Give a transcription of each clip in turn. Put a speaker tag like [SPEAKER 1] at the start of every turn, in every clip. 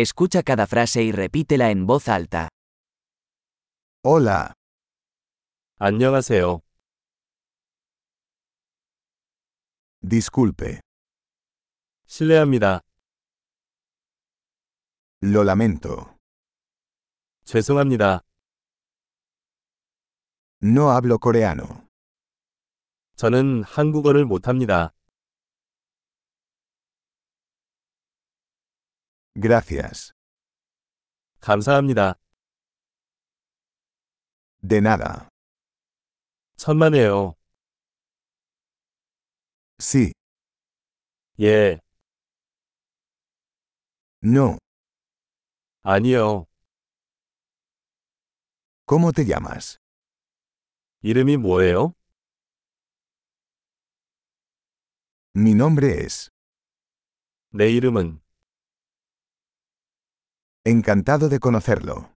[SPEAKER 1] Escucha cada frase y repítela en voz alta.
[SPEAKER 2] Hola,
[SPEAKER 3] 안녕하세요.
[SPEAKER 2] disculpe,
[SPEAKER 3] 실례합니다.
[SPEAKER 2] lo lamento.
[SPEAKER 3] 죄송합니다.
[SPEAKER 2] No hablo coreano.
[SPEAKER 3] 저는 한국어를 못합니다.
[SPEAKER 2] Gracias.
[SPEAKER 3] 감사합니다.
[SPEAKER 2] De nada.
[SPEAKER 3] 천만에요.
[SPEAKER 2] Sí,
[SPEAKER 3] 예,
[SPEAKER 2] no.
[SPEAKER 3] 아니요.
[SPEAKER 2] ¿Cómo te llamas?
[SPEAKER 3] 이름이 뭐예요?
[SPEAKER 2] Mi nombre es.
[SPEAKER 3] 내 이름은
[SPEAKER 2] Encantado de conocerlo.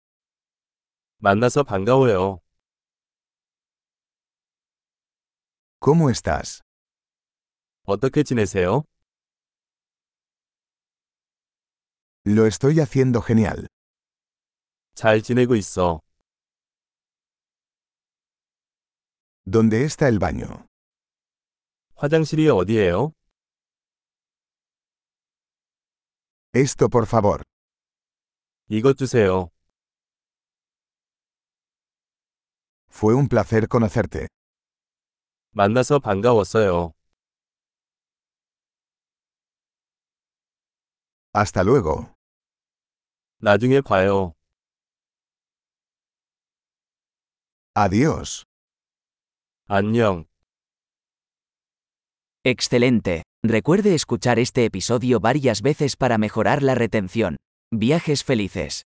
[SPEAKER 3] 만나서 반가워요.
[SPEAKER 2] ¿Cómo estás?
[SPEAKER 3] 어떻게 지내세요?
[SPEAKER 2] Lo estoy haciendo genial.
[SPEAKER 3] 잘 지내고 있어.
[SPEAKER 2] ¿Dónde está el baño?
[SPEAKER 3] 화장실이 어디예요?
[SPEAKER 2] Esto por favor.
[SPEAKER 3] 이것 주세요.
[SPEAKER 2] Fue un placer conocerte.
[SPEAKER 3] 만나서 반가웠어요.
[SPEAKER 2] Hasta luego.
[SPEAKER 3] 나중에 봐요.
[SPEAKER 2] Adiós.
[SPEAKER 3] 안녕.
[SPEAKER 1] Excelente. Recuerde escuchar este episodio varias veces para mejorar la retención. Viajes felices.